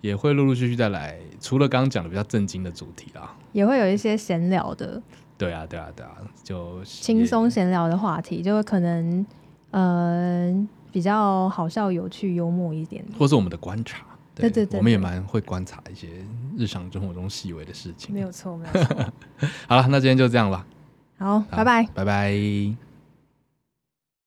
Speaker 1: 也会陆陆续续再来，除了刚刚讲的比较震惊的主题啦，
Speaker 2: 也会有一些闲聊的、
Speaker 1: 对啊，对啊，对啊，就
Speaker 2: 轻松闲聊的话题，就会可能呃比较好笑、有趣、幽默一点。
Speaker 1: 或是我们的观察。
Speaker 2: 对对对
Speaker 1: 我们也蛮会观察一些日常生活中细微的事情。
Speaker 2: 没有错，没有错。
Speaker 1: 好了，那今天就这样吧，
Speaker 2: 好，
Speaker 1: 好
Speaker 2: 拜拜。
Speaker 1: 拜拜。